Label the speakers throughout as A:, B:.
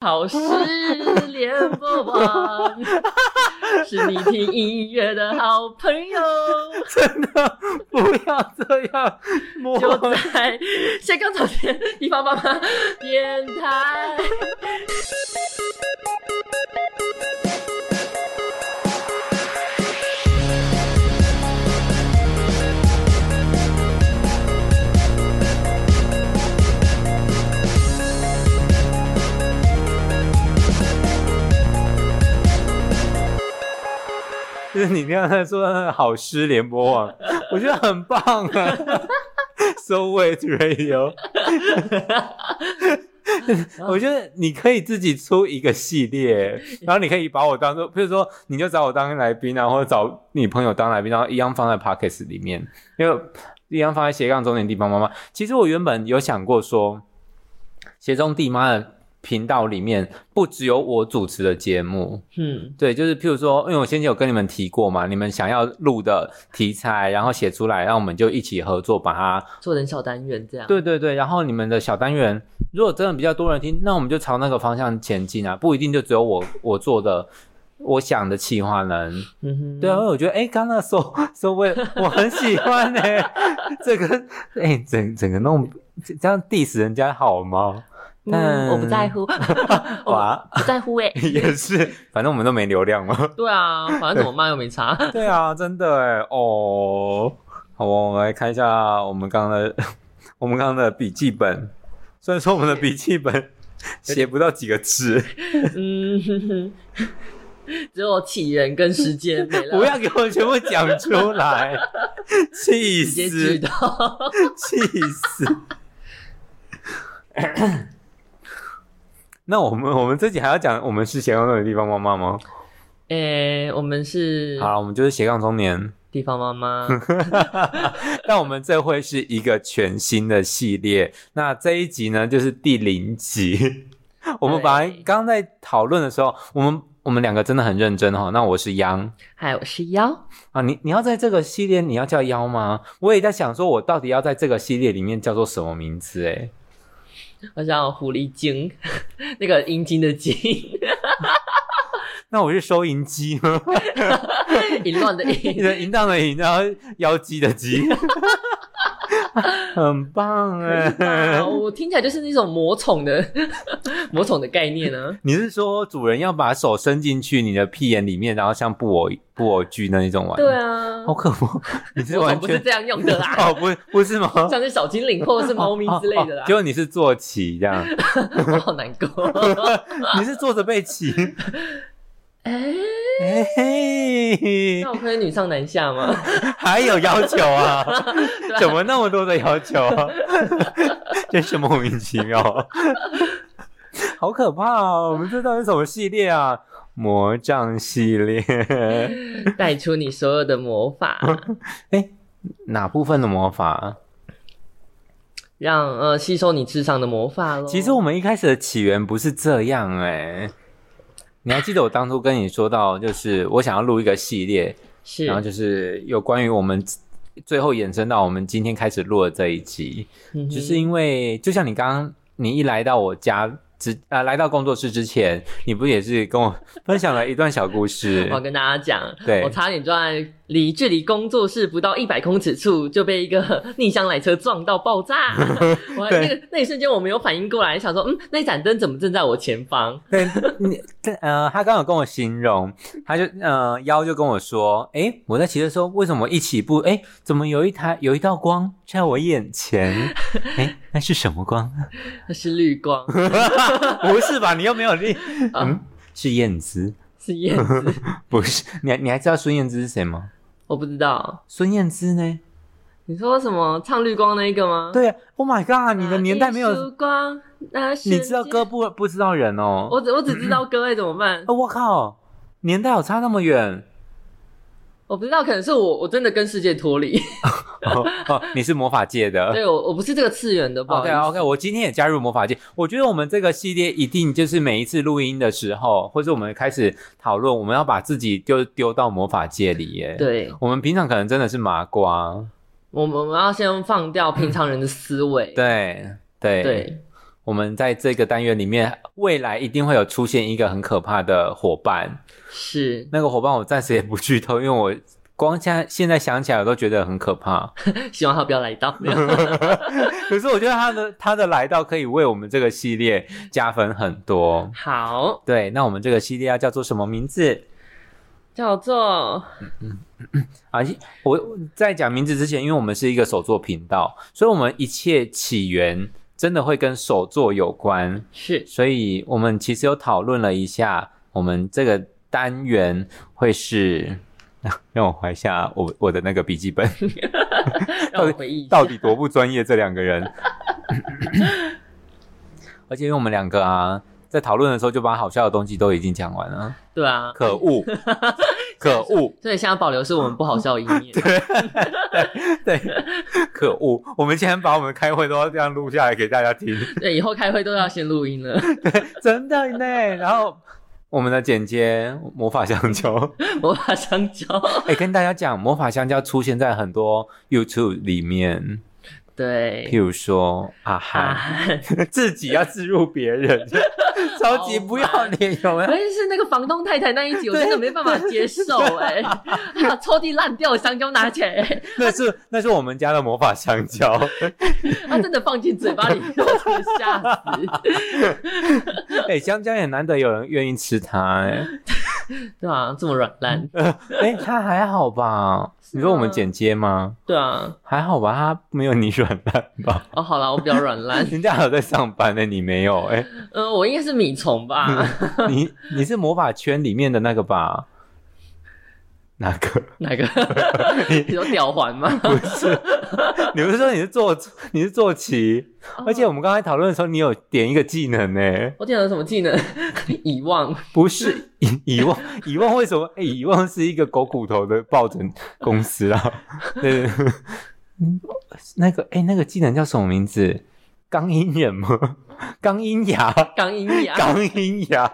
A: 好失恋过往，是你听音乐的好朋 友。
B: 真的不要这样摸
A: 就在香港早间地方爸妈电台。
B: 就是你刚才说的那个好诗联播网，我觉得很棒啊。so wait radio，我觉得你可以自己出一个系列，然后你可以把我当做，比如说你就找我当来宾啊，或者找你朋友当来宾，然后一样放在 pockets 里面，因为一样放在斜杠中年地方妈妈。其实我原本有想过说，斜中地妈的频道里面不只有我主持的节目，
A: 嗯，
B: 对，就是譬如说，因为我先前有跟你们提过嘛，你们想要录的题材，然后写出来，然后我们就一起合作把它。
A: 做成小单元这样。，
B: 对对对，然后你们的小单元，如果真的比较多人听，那我们就朝那个方向前进啊，不一定就只有我我做的。我想的企划人，
A: 嗯哼，
B: 对啊，因为我觉得，哎、刚刚那收收尾，我很喜欢呢、这个，哎、整整个弄这这样 diss 人家好吗？
A: 嗯，我不在 乎，我
B: 哇，
A: 不在乎哎、
B: 也是，反正我们都没流量嘛。
A: 对啊，反正怎么骂又没 差。
B: 对啊，真的哎，哦，好哦，我们来看一下我们刚刚的我们刚刚的笔记本，虽然说我们的笔记本写不到几 个字，
A: 嗯， 哼哼只有起源跟时间没了，
B: 不要给我全部讲出来，气
A: 直接知
B: 死，
A: 道。
B: 气死。 那我们我们自己还要讲我们是斜杠中年地方妈妈吗？
A: 诶、我们是
B: 好，我们就是斜杠中年，
A: 地方妈 妈，
B: 那我们这会是一个全新的系列，那这一集呢就是第零集。我们本来
A: 对
B: 刚刚在讨论的时候，我们我们两个真的很认真哈、哦。那我是央
A: 嗨，我是妖。
B: 啊，你你要在这个系列你要叫妖吗？我也在想说，我到底要在这个系列里面叫做什么名字？哎，
A: 我想狐狸精， 那个阴茎 的精，
B: 那我是收银机 吗？
A: 淫乱 的
B: 你
A: 淫。
B: 的淫荡的淫，然后妖姬的姬， 很棒哎。
A: 啊我听起来就是那种魔宠的 魔宠的概念啊呢、
B: 你是说主人要把手伸进去你的屁眼里面，然后像布偶布偶剧那一种玩？
A: 对，啊，
B: 好可 怕！你是
A: 魔
B: 完
A: 宠不是
B: 全
A: 这样用的啦，
B: 哦，不是不是吗？
A: 像是小精灵或者是猫咪之类的啦
B: 哦哦，哦结果你是坐骑 这样，
A: 我好难过。
B: 你是坐着被骑，
A: 哎、
B: 哎嘿
A: 那，我可以女上男下吗？
B: 还有要 求啊？怎么那么多的要求啊？ 真是莫名其妙，好可怕哦！我们这到底是什么系列啊？魔杖系列，
A: 带出你所有的魔法，
B: 哪部分的魔法啊？
A: 让呃吸收你智商的魔法咯。
B: 其实我们一开始的起源不是这样哎、你还记得我当初跟你说到，就是我想要录一个系列，
A: 是
B: 然后就是有关于我们最后衍生到我们今天开始录的这一集，
A: 嗯哼
B: 就是因为就像你刚刚你一来到我家之呃来到工作室之前，你不也是跟我分享了一段小故事
A: 我？要跟大家讲，
B: 对
A: 我差点就在离距离工作室不到一百公尺处就被一个逆向来车撞到爆 炸。我还那个那一瞬间我没有反应过来，想说嗯，那一盏灯怎么正在我前方？
B: 对，你对呃，他刚好跟我形容，他就呃妖就跟我说，诶，我在骑的时候为什么一起步，诶，怎么有一台有一道光在我眼前？诶，那是什么光？
A: 那是绿光，
B: 不是吧？你又没有力，
A: 啊
B: 嗯，是燕姿，
A: 是燕子，
B: 不是？你还你还知道孙燕姿是谁吗？
A: 我不知道。
B: 孙燕姿呢？
A: 你说什么唱绿光那一个吗？
B: 对，Oh my god，你的年代没
A: 那一
B: 有，
A: 束光，那瞬
B: 你
A: 间
B: 知道歌？不不知道人哦？
A: 我只我只知道歌哎，怎么办？
B: 哦，我靠，年代有差那么远。
A: 我不知道，可能是我我真的跟世界脱 离，
B: 哦哦，你是魔法界的，
A: 对我我不是这个次元的，不好意
B: OK
A: 思。
B: 啊 OK，我今天也加入魔法界。我觉得我们这个系列一定就是每一次录音的时候，或者我们开始讨论，我们要把自己丢丢到魔法界里耶。，
A: 对，
B: 我们平常可能真的是麻瓜。
A: 我们我们要先放掉平常人的思维，
B: 对对
A: 对，
B: 我们在这个单元里面，未来一定会有出现一个很可怕的伙伴。
A: 是
B: 那个伙伴我暂时也不剧透，因为我光现在现在想起来我都觉得很可怕。
A: 希望他不要来到。没有
B: 可是我觉得他的他的来到可以为我们这个系列加分很多。
A: 好，
B: 对，那我们这个系列要叫做什么名字？
A: 叫做
B: 啊，我在讲名字之前，因为我们是一个手作频道，所以我们一切起源真的会跟手作有关。
A: 是
B: 所以我们其实有讨论了一下，我们这个单元会是。 让我怀一下我我的那个笔记本，
A: 让我回忆一下
B: 到底多不专业这两个人。而且因为我们两个啊，在讨论的时候就把好笑的东西都已经讲完了，
A: 对啊，
B: 可恶，可恶，
A: 所以现在保留是我们不好笑的一 面。
B: 对， 可恶！我们竟然把我们开会都要这样录下来给大家听，
A: 对，以后开会都要先录音了，
B: 真的呢。然后我们的剪接魔法香 蕉，
A: 魔法香蕉。
B: 哎、跟大家讲，魔法香蕉出现在很多 YouTube 里面，譬
A: 对，
B: 如说阿汉、
A: 啊，
B: 自己要置入别 人，超级不要脸，有没
A: 而
B: 有？
A: 且是那个房东太太那一集，我真的没办法接受哎、啊抽屉烂掉，香蕉拿起来，
B: 那是那是我们家的魔法香蕉，
A: 他 真的放进嘴巴里，我真的吓死。
B: 哎、香蕉也难得有人愿意吃它、哎。
A: 对啊，这么软烂，
B: 哎、它还好吧？你说我们剪接吗？
A: 对啊。
B: 还好吧，它没有你软烂吧？
A: 哦，好啦，我比较软 烂，
B: 人家还有在上班呢、你没有？哎、
A: 嗯、我应该是米虫吧？
B: 你你是魔法圈里面的那个吧？哪 个？
A: 哪个？你说吊环吗？
B: 不是？你不是说你是坐你是坐骑？
A: 哦
B: 而且我们刚才讨论的时候，你有点一个技能呢、
A: 我点了什么技能？ 遗忘。
B: 不是遗遗忘遗忘为什么？哎、遗忘是一个狗骨头的抱枕公司啊。 对，那个哎、那个技能叫什么名字？钢鹰人吗？ 钢鹰牙。
A: 钢音 牙，
B: 钢音牙，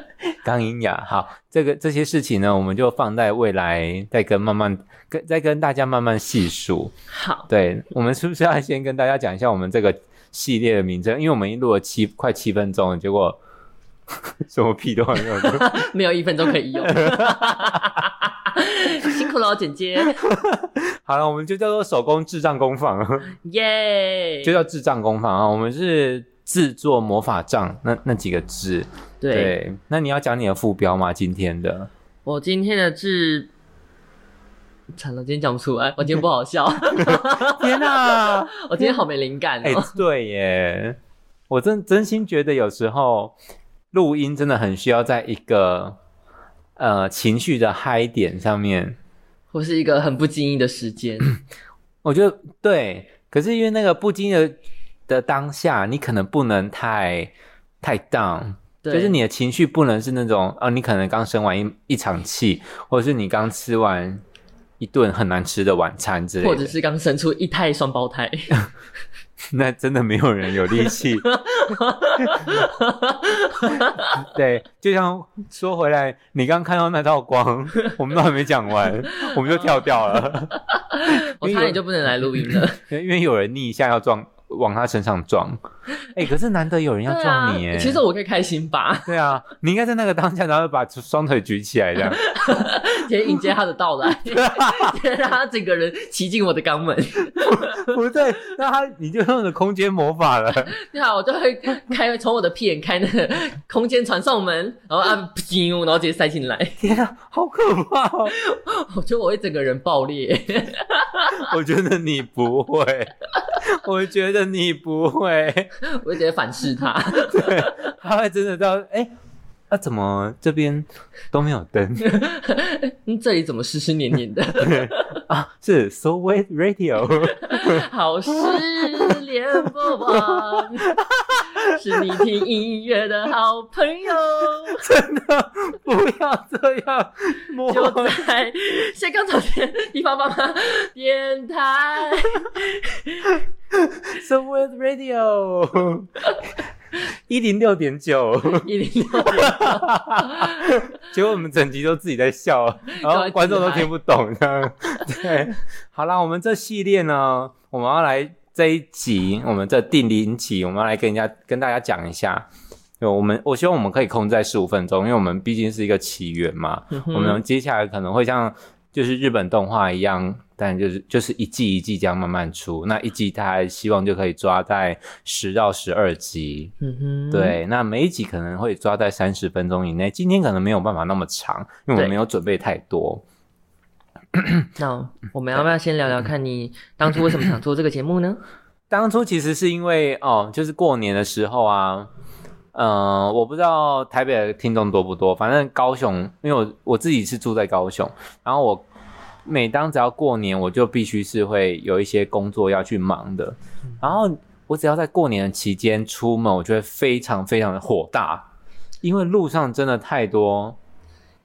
B: 钢音牙。好，这个这些事情呢，我们就放在未来再跟慢慢跟再跟大家慢慢细数。
A: 好，
B: 对我们是不是要先跟大家讲一下我们这个系列的名称？因为我们一录了七快七分钟，结果 什么屁都还没有录。
A: 没有一分钟可以用， 辛苦了，姐姐，
B: 好了，我们就叫做手工智障工坊，
A: 耶、
B: 就叫智障工坊啊。我们是制作魔法杖，那那几个字。
A: 对，
B: 对，那你要讲你的副标吗？今天的。
A: 我今天的字，惨了，今天讲不出来，我今天不好笑，
B: 天哪、
A: 我今天好没灵感
B: 哎、
A: 哦。
B: 对耶，我真真心觉得有时候录音真的很需要在一个呃情绪的嗨点上面。
A: 我是一个很不经意的时 间，
B: 我觉得对，可是因为那个不经意的的当下，你可能不能太太 down。
A: 对，
B: 就是你的情绪不能是那种啊，你可能刚生完一一场气，或者是你刚吃完一顿很难吃的晚餐之类的，
A: 或者是刚生出一胎双胞胎，
B: 那真的没有人有力 气。对，就像说回来，你刚看到那道光，我们都还没讲完，我们就跳掉 了，
A: 我差点就不能来录音了。
B: 因为有人逆向要撞，往他身上撞。哎、可是难得有人要
A: 对
B: 撞你，哎、
A: 啊，其实我可以开心吧，
B: 对啊，你应该在那个当下，然后把双腿举起来 这样。
A: 先迎接他的到来，先让他整个人骑进我的肛门。
B: 不对，那他你就用了空间魔法了。
A: 对啊，我就会开从我的屁眼开那个空间传送门，然后按噗，然后直接塞进来。
B: 天啊，好可怕哦！
A: 我觉得我会整个人爆裂，
B: 我觉得你不会，我觉得你不会。
A: 我会直接反噬他。
B: 他会真的到哎，那、啊、怎么这边都没有灯
A: 嗯，这里怎么湿湿黏黏的？
B: 啊？是 So Wait Radio，
A: 好失联播网，是你听音乐的好朋友。
B: 真的不要这样摸
A: 就在香港早间地方妈妈电台，
B: So Wait Radio 一零六点九。
A: 一零六点
B: 结果我们整集都自己在笑，然后观众都听不懂这样。对，好啦，我们这系列呢，我们要来这一集我们这第零集，我们要来跟人家跟大家讲一下。就我们，我希望我们可以控制在十五分钟，因为我们毕竟是一个起源嘛。
A: 嗯
B: 我
A: 哼
B: 们接下来可能会像就是日本动画一样，但就是就是一季一季这样慢慢出。那一季大概希望就可以抓在十到十二集，
A: 嗯哼，
B: 对，那每一集可能会抓在三十分钟以内。今天可能没有办法那么长，因为我
A: 对
B: 们没有准备太多。嗯
A: 那我们要不要先聊聊看你当初为什么想做这个节目 呢？
B: 当初其实是因为哦，就是过年的时候啊，嗯、我不知道台北的听众多不多，反正高雄，因为我我自己是住在高雄，然后我每当只要过年，我就必须是会有一些工作要去忙的，
A: 嗯
B: 然后我只要在过年的期间出门，我就会非常非常的火大，因为路上真的太多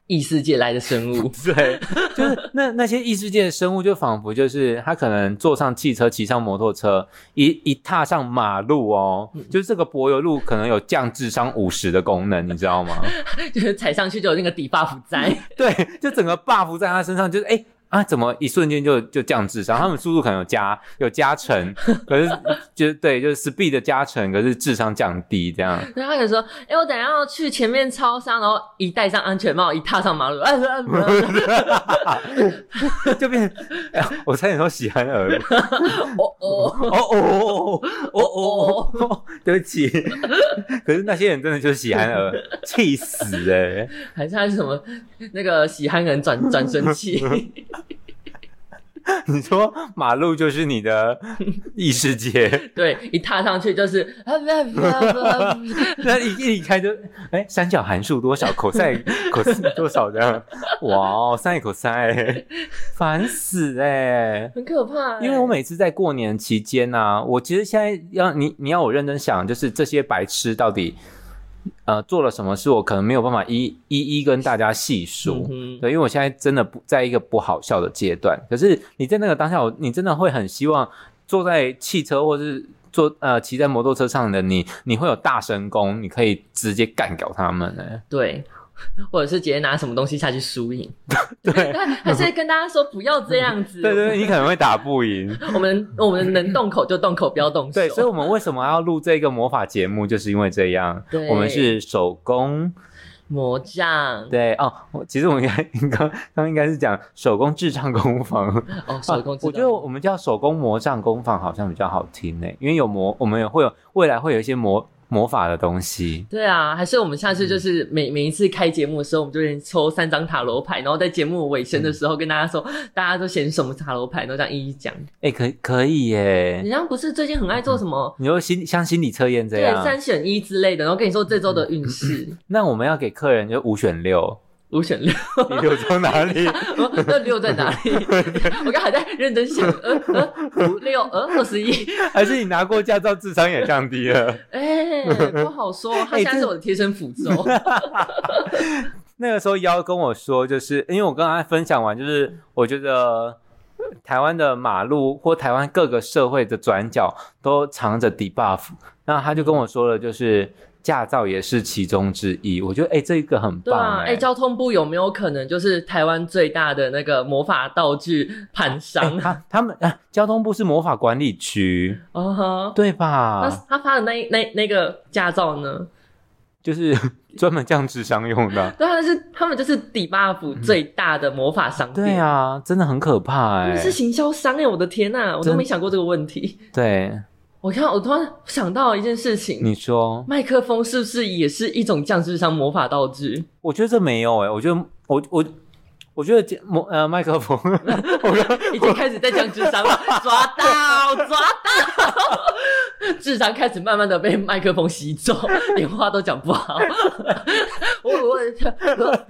A: 异世界来的生物，
B: 对，就是那 那些异世界的生物，就仿佛就是他可能坐上汽车，骑上摩托车，一一踏上马路哦，就是这个柏油路可能有降智商五十的功能，你知道吗？
A: 就是踩上去就有那个底 buff 在。
B: 对，就整个 buff 在他身上，就是哎。啊，怎么一瞬间就就降智商？他们速度可能有加有加成，可是就是对，就是 speed 的加成，可是智商降低这样。
A: 然后他就说：“哎、我等一下要去前面超商，然后一戴上安全帽，一踏上马 路，啊啊啊
B: 就变，哎呀 我差点说喜憨儿，
A: 哦哦，
B: 哦哦哦哦哦哦，对不起。 可是那些人真的就是喜憨儿，气死哎、
A: 还是他是什么那个喜憨人 转转身器？
B: 你说马路就是你的异世界，
A: 对，一踏上去就是啊啊啊啊！
B: 那一一离开就哎、三角函数多少？cos cos 多少这样？哇哦，sin cos，烦死哎、
A: 很可怕欸、
B: 因为我每次在过年期间呢、啊，我其实现在要你你要我认真想，就是这些白痴到底呃做了什么事，我可能没有办法一一一跟大家细数。
A: 嗯哼
B: 对，因为我现在真的不在一个不好笑的阶段。可是你在那个当下，我你真的会很希望坐在汽车或是坐呃骑在摩托车上的你，你会有大神功，你可以直接干掉他们欸呢、
A: 对，或者是直接拿什么东西下去输赢，
B: 对
A: 但还是跟大家说不要这样子。
B: 对对，对，你可能会打不赢。
A: 我们我们能动口就动口，不要动手。
B: 对，所以我们为什么要录这个魔法节目，就是因为这样。
A: 对
B: 我们是手工，
A: 魔杖
B: 对哦，我其实我应该应该刚应该是讲手工智障工坊，
A: 哦， 手工
B: 啊
A: 制造。
B: 我觉得我们叫手工魔杖工坊好像比较好听呢，因为有魔，我们也会有未来会有一些魔魔法的东西。
A: 对啊，还是我们下次就是每、每一次开节目的时候，我们就先抽三张塔罗牌，然后在节目尾声的时
B: 嗯
A: 候跟大家说，大家都选什么塔罗牌，然后这样一一讲。
B: 哎，可可以
A: 你
B: 耶，
A: 像不是最近很爱做什么？
B: 你说心像心理测验这
A: 对，
B: 样，
A: 三选一之类的，然后跟你说这周的运势，
B: 那我们要给客人就五选六，
A: 五选六，
B: 第六从哪里？
A: 哦那六在哪 里？我刚还在认真想，呃呃，五六呃二十一，
B: 还是你拿过驾照，智商也降低了？
A: 哎、不好说，他
B: 哎
A: 现在
B: 这
A: 是我的贴身符咒，
B: 那个时候妖跟我说，就是因为我跟他分享完，就是我觉得呃台湾的马路或台湾各个社会的转角都藏着 debuff，那他就跟我说了，就是驾照也是其中之一。我觉得哎、这个很
A: 对
B: 棒、
A: 啊，哎、
B: 哎、
A: 交通部有没有可能就是台湾最大的那个魔法道具盘商
B: 哎？他他们啊，交通部是魔法管理局，
A: 哦哈，
B: 对
A: 那
B: 吧？
A: 他发的那一那那个驾照呢？
B: 就是 专门降智商用的。
A: 对啊，是他们就是底 buff 最大的魔法商店。
B: 对，啊，真的很可怕
A: 他
B: 哎、
A: 们是行销商哎、我的天呐、我都
B: 真
A: 没想过这个问题。
B: 对，
A: 我看我突然想到一件事情，
B: 你说，
A: 麦克风是不是也是一种降智商魔法道具？
B: 我觉得这没有哎、我觉得我我我觉得这模呃麦克风，我说
A: 已经开始在降智商 了，抓到抓到，智商开始慢慢的被麦克风吸走， 连话都讲不好。 我我我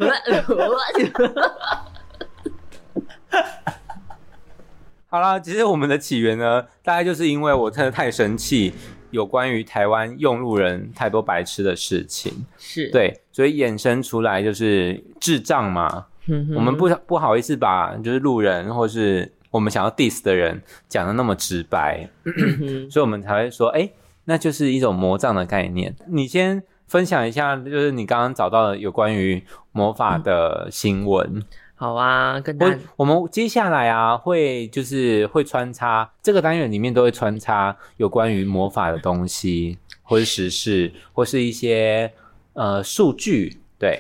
B: 好啦，其实我们的起源呢，大概就是因为我真的太生气，有关于台湾用路人太多白痴的事情，
A: 是，
B: 对，所以衍生出来就是智障嘛，
A: 嗯哼
B: 我们不不好意思把就是路人或是我们想要 diss 的人讲的那么直白，
A: 嗯哼
B: 所以我们才会说，哎、那就是一种魔杖的概念。你先分享一下，就是你刚刚找到的有关于魔法的新闻。
A: 好啊，跟大
B: 我
A: 家
B: 我们接下来啊，会就是会穿插这个单元里面都会穿插有关于魔法的东西，或是时事，或是一些呃数据。对，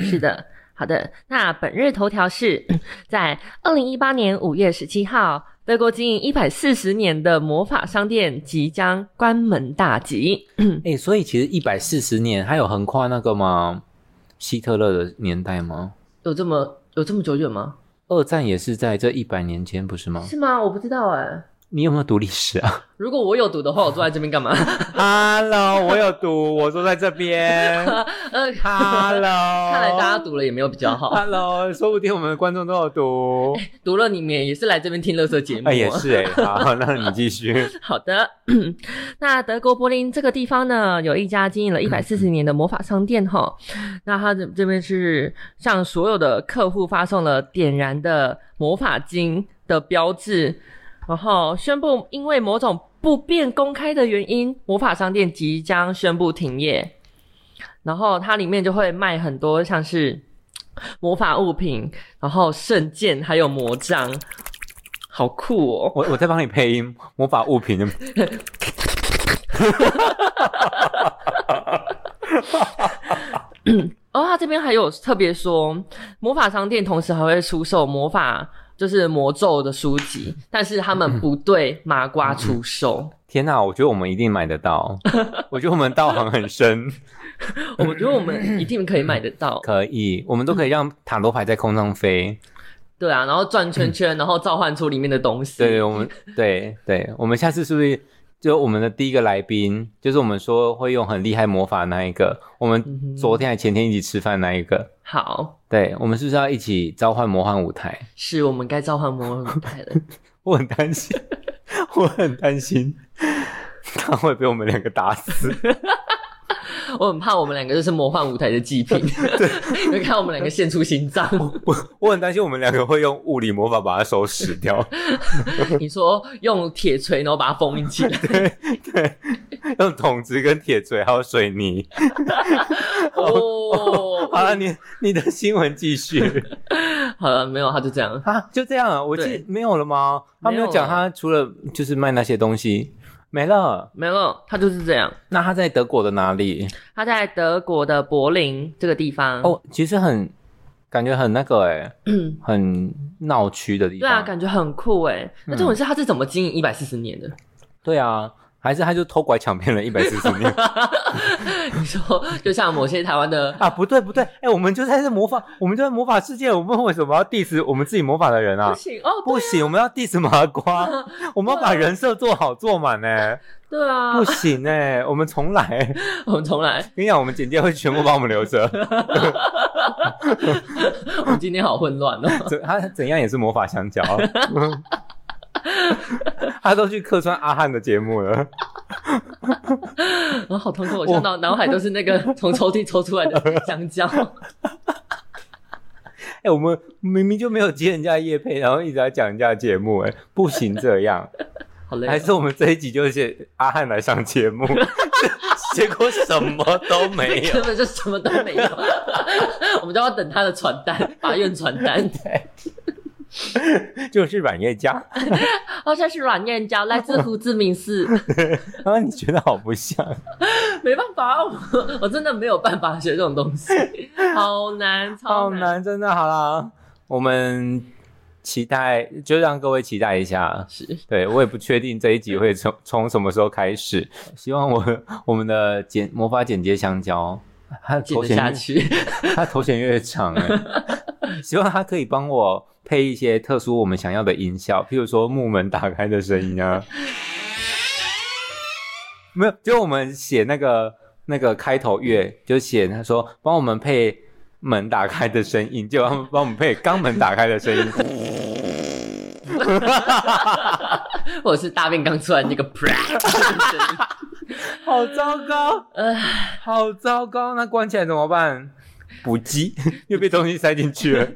A: 是的，好的。那本日头条 是在二零一八年五月十七号，德国经营一百四十年的魔法商店即将关门大吉。
B: 哎、所以其实一百四十年，还有横跨那个吗？希特勒的年代吗？
A: 有这么有这么久远吗？
B: 二战也是在这一百年间，不是吗？
A: 是吗？我不知道哎、
B: 你有没有读历史啊
A: 如果我有读的话，我坐在这边干嘛？
B: ？Hello，我有读，我坐在这边。
A: 呃，
B: Hello，
A: 看来大家读了也没有比较好，
B: Hello，说不定我们的观众都有读。
A: 读了你们也是来这边听乐色节目、
B: 哎、也是哎、好，那你 继续。
A: 好的， 那德国柏林这个地方呢，有一家经营了一百四十年的魔法商店哈。那它这这边是向所有的客户发送了点燃的魔法巾的标志，然后宣布因为某种不便公开的原因，魔法商店即将宣布停业。然后它里面就会卖很多像是魔法物品，然后圣剑还有魔杖，好酷哦！
B: 我我在帮你配音，魔法物品的。
A: 哦，他这边还有特别说，魔法商店同时还会出售魔法，就是魔咒的书籍，但是他们不对麻瓜出售。
B: 天哪、我觉得我们一定买 得到，我觉得我们道行很深，嗯
A: 我觉得我们一定可以买得到，
B: 可以，我们都可以让塔罗牌在空中飞。
A: 对啊，然后转圈圈，然后召唤出里面的东西。
B: 嗯对，我们对对，我们下次是不是就我们的第一个来宾，就是我们说会用很厉害魔法那一个，我
A: 嗯
B: 们
A: 哼
B: 昨天还前天一起吃饭那一个，
A: 好，
B: 对我们是不是要一起召唤魔幻舞台？
A: 是我们该召唤魔女来了。
B: 我很担心，我很担心他会被我们两个打死。
A: 我很怕我们两个就是魔幻舞台的祭品， 你会看我们两个献出心 脏。
B: 我我很担心我们两个会用物理魔法把他手使掉，
A: 你说用铁锤，然后把它封印起 来，
B: 用桶子跟铁锤还有水泥。
A: 哦，
B: 好了，你你的新闻继续
A: 好了，没有，他就这样。
B: 啊，就这样啊，我记
A: 对
B: 没有了吗？他没有
A: 没有
B: 讲他除了就是卖那些东西没了。
A: 没有，他就是这样。
B: 那他在德国的哪里？
A: 他在德国的柏林这个地方。，
B: 哦，其实很感觉很那个哎、很闹区的地
A: 对
B: 方。嗯
A: 啊，感觉很酷哎。那重点是他是怎么经营一百四十年的？
B: 对啊，还是他就偷拐抢骗 了一百四十年。
A: 你说，就像某些台湾的，
B: 啊，不对不对，哎、我们就在这魔法，我们就在魔法世界，我们为什么要 diss 我们自己魔法的人
A: 不
B: 啊？
A: 行哦，
B: 不行，我们要 diss 麻瓜，我们要把人设做好做满呢、
A: 对啊
B: 不，行哎、我们重来、
A: 我们重来。
B: 跟你讲，我们简介会全部帮我们留着，
A: 我们今天好混乱哦。
B: 怎他怎样也是魔法香蕉，他都去客串阿汉的节目了，
A: 我好痛苦，我想到脑海都是那 个从抽屉抽出来的香蕉。
B: 哎、我们明明就没有接人家叶配，然后一直在讲人家的节目、哎，不行这样。
A: 好累
B: 还
A: 哦，
B: 是我们这一集就是阿汉来上节 目，结果什么都没有
A: 根。本就什么都没有。 我们就要等他的传 单，法院传单。
B: 就是软叶家，
A: 哦，现在是阮燕娇，来自胡志明 市。
B: 然后啊你觉得好不像，
A: 没办法，我我真的没有办法学这种东西，好难，超
B: 好
A: 难。
B: 难，真的好啦。我们期待，就让各位期待一下。
A: 是
B: 对我也不确定这一集会从 从什么时候开始，希望我我们的剪魔法剪接香蕉，他
A: 剪
B: 头
A: 得
B: 衔
A: 下去，
B: 他头衔越来越长哎、 希望他可以帮我配一些特殊我们想要的音效，譬如说木门打开的声音啊。没有，就我们写那个那个开头乐，就写他说帮我们配门打开的声音，就他们帮我们配肛门打开的声音。
A: 或者是大便刚出来那个啪的声音，
B: 好糟糕，
A: 呃，
B: 好糟糕，那关起来怎么办？补鸡 又被东西塞进去 了。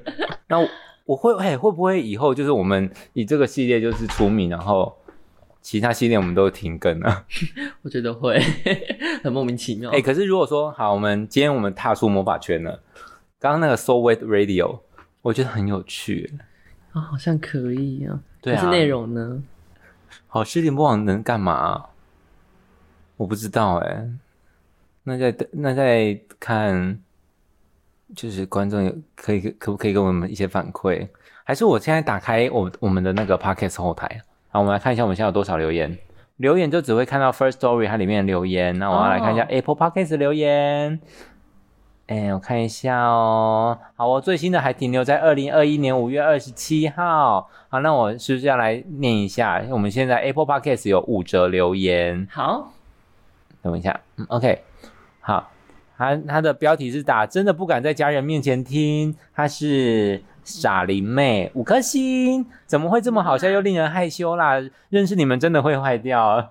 B: 那我我会哎、会不会以后就是我们以这个系列就是出名，然后其他系列我们都停更了？
A: 我觉得会很莫名其妙。
B: 哎、可是如果说好，我们今天我们踏出魔法圈了，刚刚那个 So Wet Radio 我觉得很有趣。
A: 啊，好像可以啊。
B: 对啊，
A: 可是内容呢？
B: 好吃联播网能干嘛？啊我不知道哎、那在那在看，就是观众有可以可不可以给我们一些反馈？还是我现在打开我我们的那个 podcast 后台，好，我们来看一下我们现在有多少留言。留言就只会看到 First Story 它里面的留言。那我要来看一下
A: 哦
B: Apple Podcast 的留言。哎、我看一下哦。好哦，我最新的还停留在二零二一年五月二十七号。好，那我是不是要来念一下？我们现在 Apple Podcast 有五折留言。
A: 好，
B: 等我一下，嗯，OK，好，他他的标题是打真的不敢在家人面前听，他是傻林妹，五颗星，怎么会这么好笑又令人害羞啦？认识你们真的会坏掉，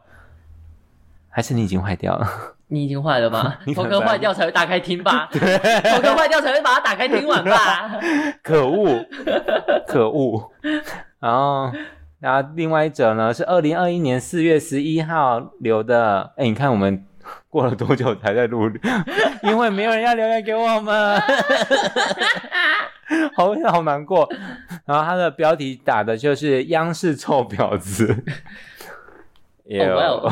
B: 还是你已经坏掉了？
A: 你已经坏了吧
B: 你？可
A: 头
B: 能
A: 壳
B: 在
A: 坏掉才会打开听吧， 头壳坏掉才会把它打开听完吧。
B: 可恶， 可恶。然后，然后另外一则呢是二零二一年四月十一号留的。哎，你看我们过了多久才在录？ 因为没有人要留言给我们，
A: 啊
B: 好好难过。然后他的标题打的就是“央视臭婊子”。有
A: 哦，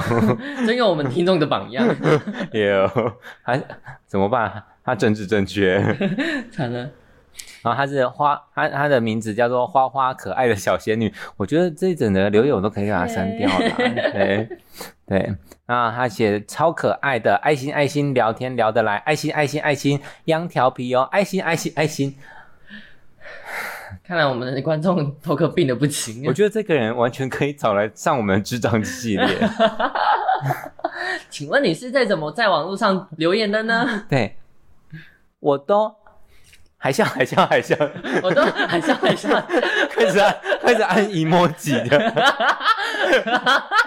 A: 真有我们听众的榜样，
B: 有，还怎么办？他政治正确。
A: 惨了。
B: 然后她是花，她她的名字叫做花花可爱的小仙女。我觉得这一整的留言我都可以给她删掉了。对对，那她写超可爱的爱心爱心聊天聊得来，爱心爱心爱心，秧调皮哦，爱心爱心爱心。
A: 看来我们的观众头壳病的不行
B: 我
A: 啊。
B: 觉得这个人完全可以找来上我们的智障系列。
A: 啊请问你是在怎么在网络上留言的呢？
B: 对，我都还笑还笑还笑，
A: 我都很像很像，
B: 开始按开始按 emoji 的。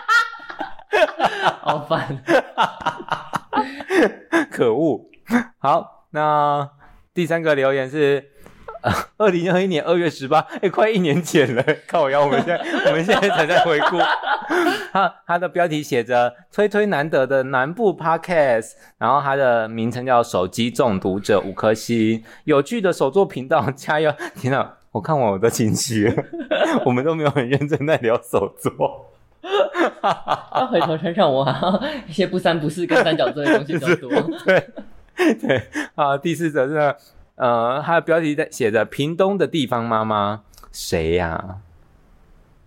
A: 好烦。
B: 可恶！好，那第三个留言是。二零二一年二月十八，哎，快一年前了，靠腰！我们现在我们现在才在回顾。他他的标题写着“推推难得的南部 Podcast”，然后他的名称叫“手机中毒者五颗星”，有趣的手作频道，加油！天哪，我看完我的情绪了，我们都没有很认真在聊手作。
A: 要啊回头想想，我好像一些不三不四跟三角锥的东 西比较多。
B: 对对啊，第四则是呢呃，它的标题在写着“屏东的地方妈妈”，谁呀、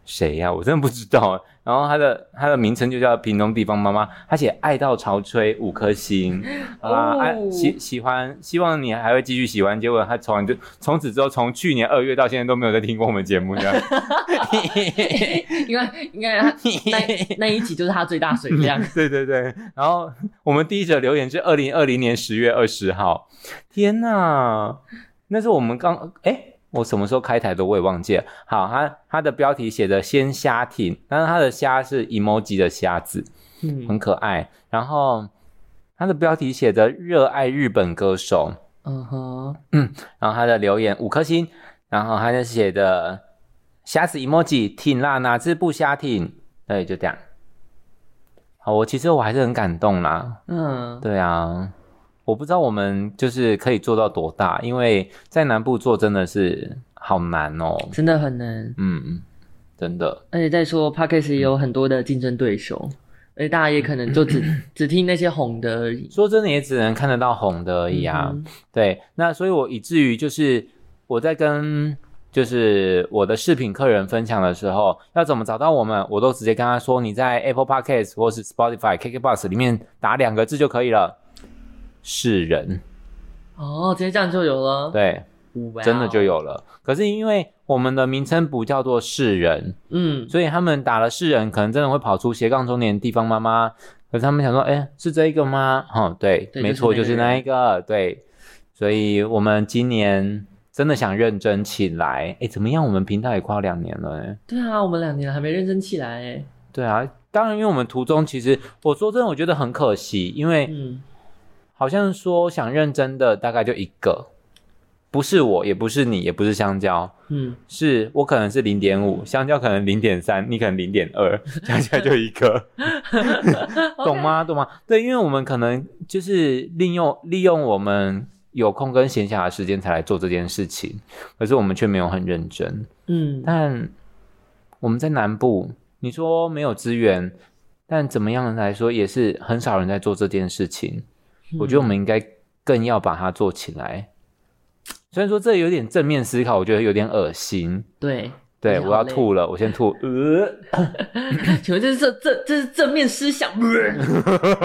B: 谁呀、我真的不知道。然后它的它的名称就叫“屏东地方妈妈”，它写“爱到潮吹”五 颗星。好啦，
A: 哦
B: 爱喜喜欢，希望你还会继续喜欢。结果他从来就从此之后，从去年二月到现在都没有再听过我们节目，这样
A: 因为因为他那那一集就是他最大水 量。
B: 对对对，然后我们第一则留言是二零二零年十月二十号，天呐，那是我们刚哎。我什么时候开台的我也忘记了。好，它它的标题写着“先虾挺”，但是它的虾是 emoji 的虾子，
A: 嗯
B: 很可爱。然后它的标题写着“热爱日本歌手”，
A: 嗯哼，
B: 然后他的留言五颗星，然后他就写的虾子 emoji 挺啦，哪只不虾挺？对，就这样。好，我其实我还是很感动啦。
A: 嗯，
B: 对啊，我不知道我们就是可以做到多大，因为在南部做真的是好难哦。
A: 真的很难。
B: 嗯，真的，
A: 而且再说 p a c k a g e 也有很多的竞争对手，而且大家也可能就只 只听那些红的而已。
B: 说真的也只能看得到红的而已啊。
A: 嗯
B: 对，那所以我以至于就是我在跟就是我的饰品客人分享的时候，要怎么找到我们，我都直接跟他说，你在 Apple Podcast 或是 Spotify、KKBox 里面打两个字就可以了，是人，
A: 哦，直接这样就有了，
B: 对，
A: 哇哦
B: 真的就。有了。可是因为我们的名称不叫做是人，
A: 嗯，
B: 所以他们打了是人，可能真的会跑出斜杠中年地方妈妈。可是他们想说，哎、是这一个吗？哦，对，
A: 对
B: 没错，就
A: 就是是
B: 那
A: 那
B: 一个。对，所以我们今年真的想认真起来。哎、怎么样？我们频道也快要两年了、哎。
A: 对啊，我们两年了还没认真起来欸。
B: 对啊，当然，因为我们途中其实我说真的，我觉得很可惜，因为
A: 嗯，
B: 好像说想认真的大概就一个，不是我，也不是你，也不是香蕉，
A: 嗯，
B: 是我可能是零点五，香蕉可能零点三，你可能零点二，加起来就一个，懂吗？懂吗？对，因为我们可能就是利用利用我们有空跟闲暇的时间才来做这件事情，可是我们却没有很认真。
A: 嗯，
B: 但我们在南部，你说没有资源，但怎么样来说也是很少人在做这件事情。我觉得我们应该更要把它做起来。虽然说这有点正面思考，我觉得有点恶心。
A: 对。
B: 对，
A: 你好
B: 我要
A: 累
B: 吐了，我先吐。呃，
A: 请问这是这这这是正面思想？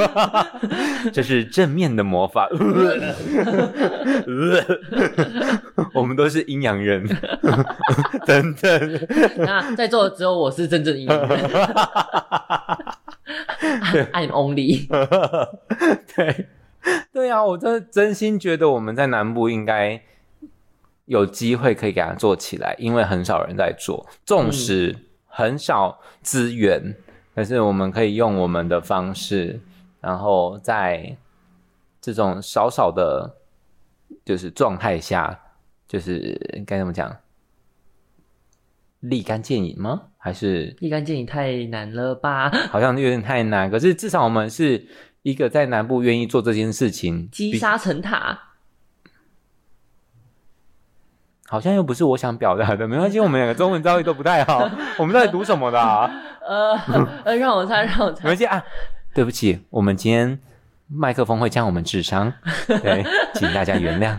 B: 这是正面的魔法。呃 我们都是阴阳人， 等等。
A: 那在座的只有我是真正的赢 ，I'm only。
B: 对，对啊，我真的真心觉得我们在南部应该有机会可以给它做起来，因为很少人在做，纵使很少资源，但是我们可以用我们的方式，然后在这种少少的，就是状态下，就是该怎么讲，立竿见影吗？还是
A: 立竿见影太难了吧？
B: 好像有点太难。可是至少我们是一个在南部愿意做这件事情，
A: 积
B: 比
A: 沙成塔，
B: 好像又不是我想表达的，没关系，我们两个中文造诣都不 太好，我们到底读什么的、啊？
A: 呃呃，让我猜，让我
B: 没
A: 猜，
B: 关系啊，对不起，我们今天麦克风会降我们 智商，对，请大家原谅。。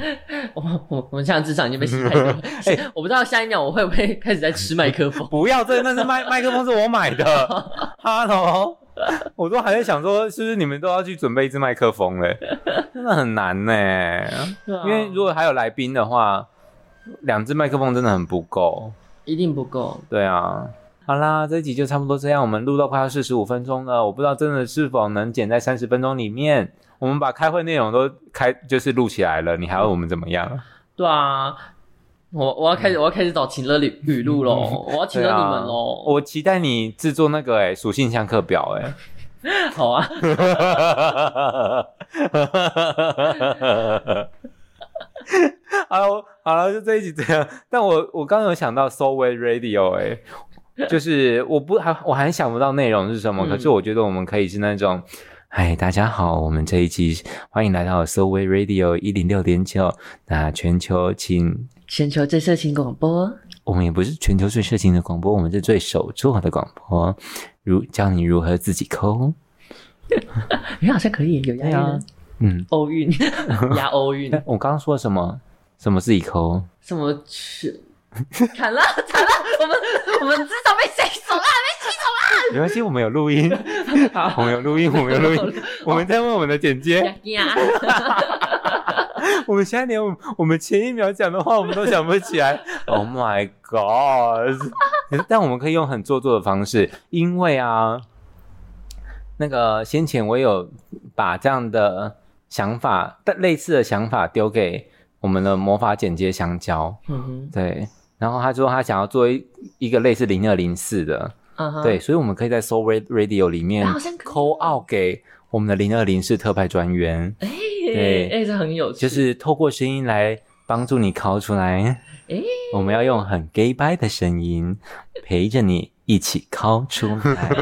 A: 我我我们现在智商已经被洗太多了。 哎、我不知道下一秒我会不会开始在吃麦克风
B: 不要，这那是麦麦克风是我买的，Hello，我都还在想说，是不是你们都要去准备一支麦克风嘞？真的很难呢、
A: 对啊
B: 因为如果还有来宾的话，两支麦克风真的很不够。
A: 一定不够，
B: 对啊，好啦，这一集就差不多这样，我们录到快要四十五分钟了，我不知道真的是否能剪在三十分钟里面。我们把开会内容都开就是录起来了，你
A: 嗯
B: 还要我们怎么样？
A: 对啊，我我要开始、我要开始找请了语语录喽，我要请了
B: 对
A: 你
B: 啊
A: 们喽、
B: 我期待你制作那个哎、属性相克表哎、
A: 好啊，
B: 好了，好了，就这一集这样。但我我刚刚有想到 So We Radio 哎、就是我不还我还想不到内容是什么，
A: 嗯
B: 可是我觉得我们可以是那种。嗨，大家好，我们这一集欢迎来到 So We Radio 一零六点九。那全球请，
A: 全球最色情广播，
B: 我们也不是全球最色情的广播，我们是最手做的广播，如教你如何自己抠。
A: 你好像可以有押韵
B: 对啊
A: 的，
B: 嗯，
A: 欧韵押欧韵，
B: 哎我刚刚说什么？什么自己抠？
A: 什么去？惨了惨了，我们我们至少被洗手了，
B: 没关系，我们有录音，我们有录音，我们有录音，我们在问我们的剪接。
A: 被呀呀，
B: 我们现在连我们我们前一秒讲的话，我们都想不起来。Oh my god！可是但我们可以用很做作的方式，因为啊，那个先前我有把这样的想法，但类似的想法丢给我们的魔法剪接香蕉，
A: 嗯哼
B: 对。然后他说他想要做一一个类似零二零四的，
A: 嗯哼，啊
B: 对，，所以我们可以在 Soul Ra- Radio 里面
A: 好像可以
B: 扣 out 给我们的零二零是特派专员，
A: 哎哎，这很有趣，
B: 就是透过声音来帮助你考出来。
A: 诶
B: 我们要用很 gay bye 的声音陪着你一起考出来。